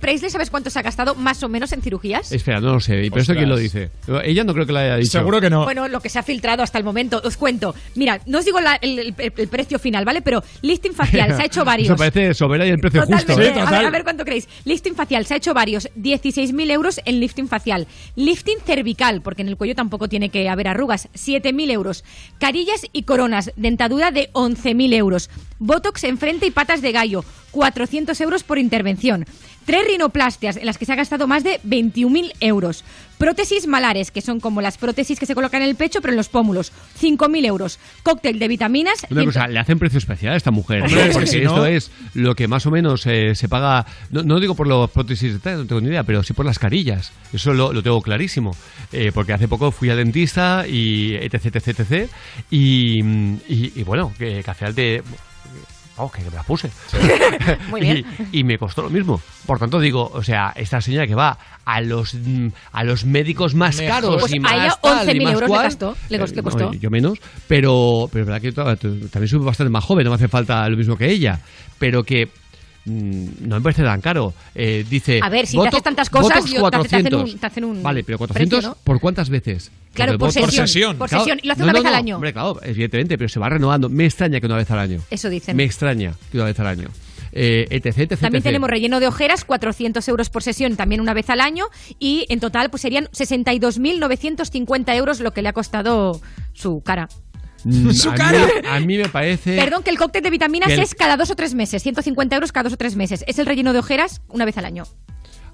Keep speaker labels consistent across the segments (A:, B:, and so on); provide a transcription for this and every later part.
A: Presley, ¿sabes cuánto se ha gastado más o menos en cirugías?
B: Espera, no lo sé. ¿Pero esto
C: Ostras.
B: quién lo dice? Ella no creo que la haya dicho.
C: Seguro que no.
A: Bueno, lo que se ha filtrado hasta el momento. Os cuento. Mira, no os digo la- el, el- el precio final, ¿vale? Pero listing facial, se ha hecho varios.
B: Eso parece Sobera y el precio
A: Totalmente.
B: justo.
C: Sí,
B: ¿eh?
A: a,
C: total.
A: ver, a ver cuánto creéis. Lifting facial, se ha hecho varios. 16.000 euros en lifting facial. Lifting cervical, porque en el cuello tampoco tiene que haber arrugas. 7.000 euros. Carillas y coronas, dentadura de 11.000 euros. Botox en frente y patas de gallo, 400 euros por intervención. Tres rinoplastias, en las que se ha gastado más de 21.000 euros. Prótesis malares, que son como las prótesis que se colocan en el pecho, pero en los pómulos, 5.000 euros. Cóctel de vitaminas.
B: Una
A: ciento-
B: cosa, le hacen precio especial a esta mujer.
C: Hombre,
B: ¿eh?
C: es que
B: Porque
C: si
B: esto
C: no-
B: es lo que más o menos eh, se paga. No, no digo por los prótesis de tal, no tengo ni idea, pero sí por las carillas. Eso lo, lo tengo clarísimo. Eh, porque hace poco fui al dentista y etc, etc, etc. Y, mm, y- y bueno, que, que al final te. Vamos, que me las puse.
A: Muy bien.
B: Y, y me costó lo mismo. Por tanto, digo, o sea, esta señora que va a los mm, a los médicos más
C: Mejor.
B: caros
A: Pues
B: y
A: a
B: más
A: ella
B: tal, y
A: 11.000
B: más
A: euros le
B: cual.
A: gastó, le cos-
B: Eh,
A: le costó.
B: no, yo menos, pero, pero es verdad que yo ta- t- también soy bastante más joven, no me hace falta lo mismo que ella, pero que mm, no me parece tan caro. Eh, dice,
A: A ver, si te
B: Botox-
A: haces tantas cosas,
B: Botox
A: yo- te- te hacen un-
B: 400.
A: te hacen un
B: Vale, pero
A: precio,
B: 400
A: ¿no?
B: por cuántas veces?
A: Claro,
B: Porque
A: por
B: Botox-
A: sesión, por
B: Claro,
A: sesión, y lo hace
B: no,
A: una
B: no,
A: vez al
B: no,
A: año.
B: Hombre, claro, evidentemente, pero se va renovando. Me extraña que una vez al año.
A: Eso dicen.
B: Me extraña que una vez al año. Eh, etc, etc,
A: También
B: etc.
A: tenemos relleno de ojeras, 400 euros por sesión, también una vez al año, y en total pues serían 62.950 euros lo que le ha costado su cara.
B: Mm,
C: ¡Su
B: a mí-
C: cara!
B: a mí me parece...
A: Perdón, que el cóctel de vitaminas
B: Eh, que el-
A: es cada dos o tres meses, 150 euros cada dos o tres meses. Es el relleno de ojeras una vez al año.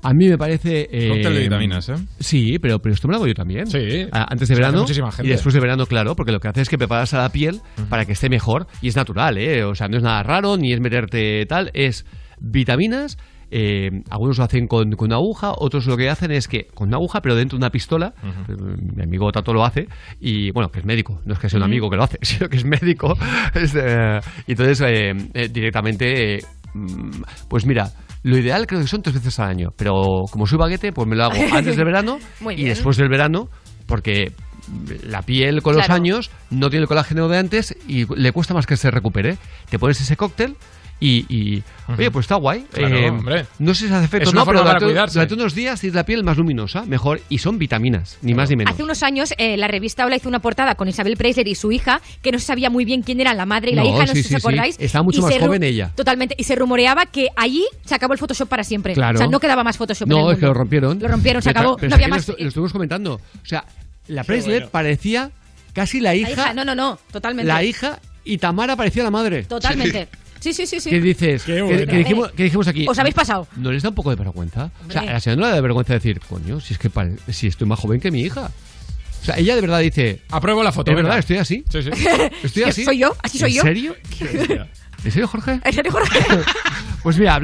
B: A mí me parece. eh,
C: Cóctel de vitaminas, ¿eh?
B: Sí, pero, pero esto me lo hago yo también.
C: Sí.
B: A- Antes de
C: Se lo hace
B: verano.
C: muchísima gente.
B: Y después de verano, claro, porque lo que hace es que preparas a la piel para que esté mejor y es natural, ¿eh? O sea, no es nada raro ni es meterte tal, es vitaminas. eh, algunos lo hacen con, con una aguja, otros lo que hacen es que con una aguja, pero dentro de una pistola. Eh, Mi amigo Tato lo hace y bueno, que es médico, no es que sea un amigo que lo hace, sino que es médico. Es, eh, y entonces eh, eh, directamente, eh, mm, pues mira, lo ideal creo que son tres veces al año, pero como soy baguete, pues me lo hago antes del verano
A: Muy
B: y
A: bien.
B: después del pues verano, porque la piel con los
A: Claro.
B: años no tiene el colágeno de antes y le cuesta más que se recupere. Te pones ese cóctel y, y, oye, pues está guay.
C: Claro, hombre.
B: no sé si hace efecto
C: Es
B: o
C: una
B: no,
C: forma
B: pero
C: para
B: durante,
C: cuidarse.
B: durante unos días tienes la piel más luminosa, mejor, y son vitaminas, ni más ni menos.
A: Hace unos años eh, la revista Hola hizo una portada con Isabel Preisler y su hija, que no se sabía muy bien quién eran la madre y la
B: No,
A: hija, no sé
B: sí, sí,
A: si os
B: sí.
A: acordáis.
B: Estaba mucho
A: Y
B: más
A: se ru-
B: joven ella.
A: Totalmente, y se rumoreaba que allí se acabó el Photoshop para siempre.
B: Claro.
A: O sea, no quedaba más Photoshop. en el
B: No, es que
A: mundo.
B: lo rompieron.
A: Lo rompieron, se
B: Pero-
A: acabó.
B: pero
A: no
B: si
A: había
B: aquí
A: más.
B: Lo, estu- lo estuvimos comentando. O sea, la Presley parecía casi la
A: La
B: hija,
A: hija, no, no, no, totalmente.
B: la hija y Tamara parecía la madre.
A: Totalmente. Sí, sí, sí, sí.
B: ¿Qué dices?
C: Qué
B: ¿Qué,
C: bueno.
B: qué dijimos, qué dijimos aquí?
A: Os habéis pasado.
B: ¿No les da un poco de vergüenza? O sea,
A: Hombre.
B: a la señora no le da vergüenza decir, coño, si es que pare- si estoy más joven que mi hija. O sea, ella de verdad dice,
C: Apruebo la foto.
B: de verdad,
C: venga.
B: estoy así.
C: Sí, sí.
B: Estoy
A: ¿Qué
B: así.
A: soy yo? Eh. ¿Así soy
B: ¿En
A: yo?
B: serio? ¿En serio, Jorge? Pues mira, hablando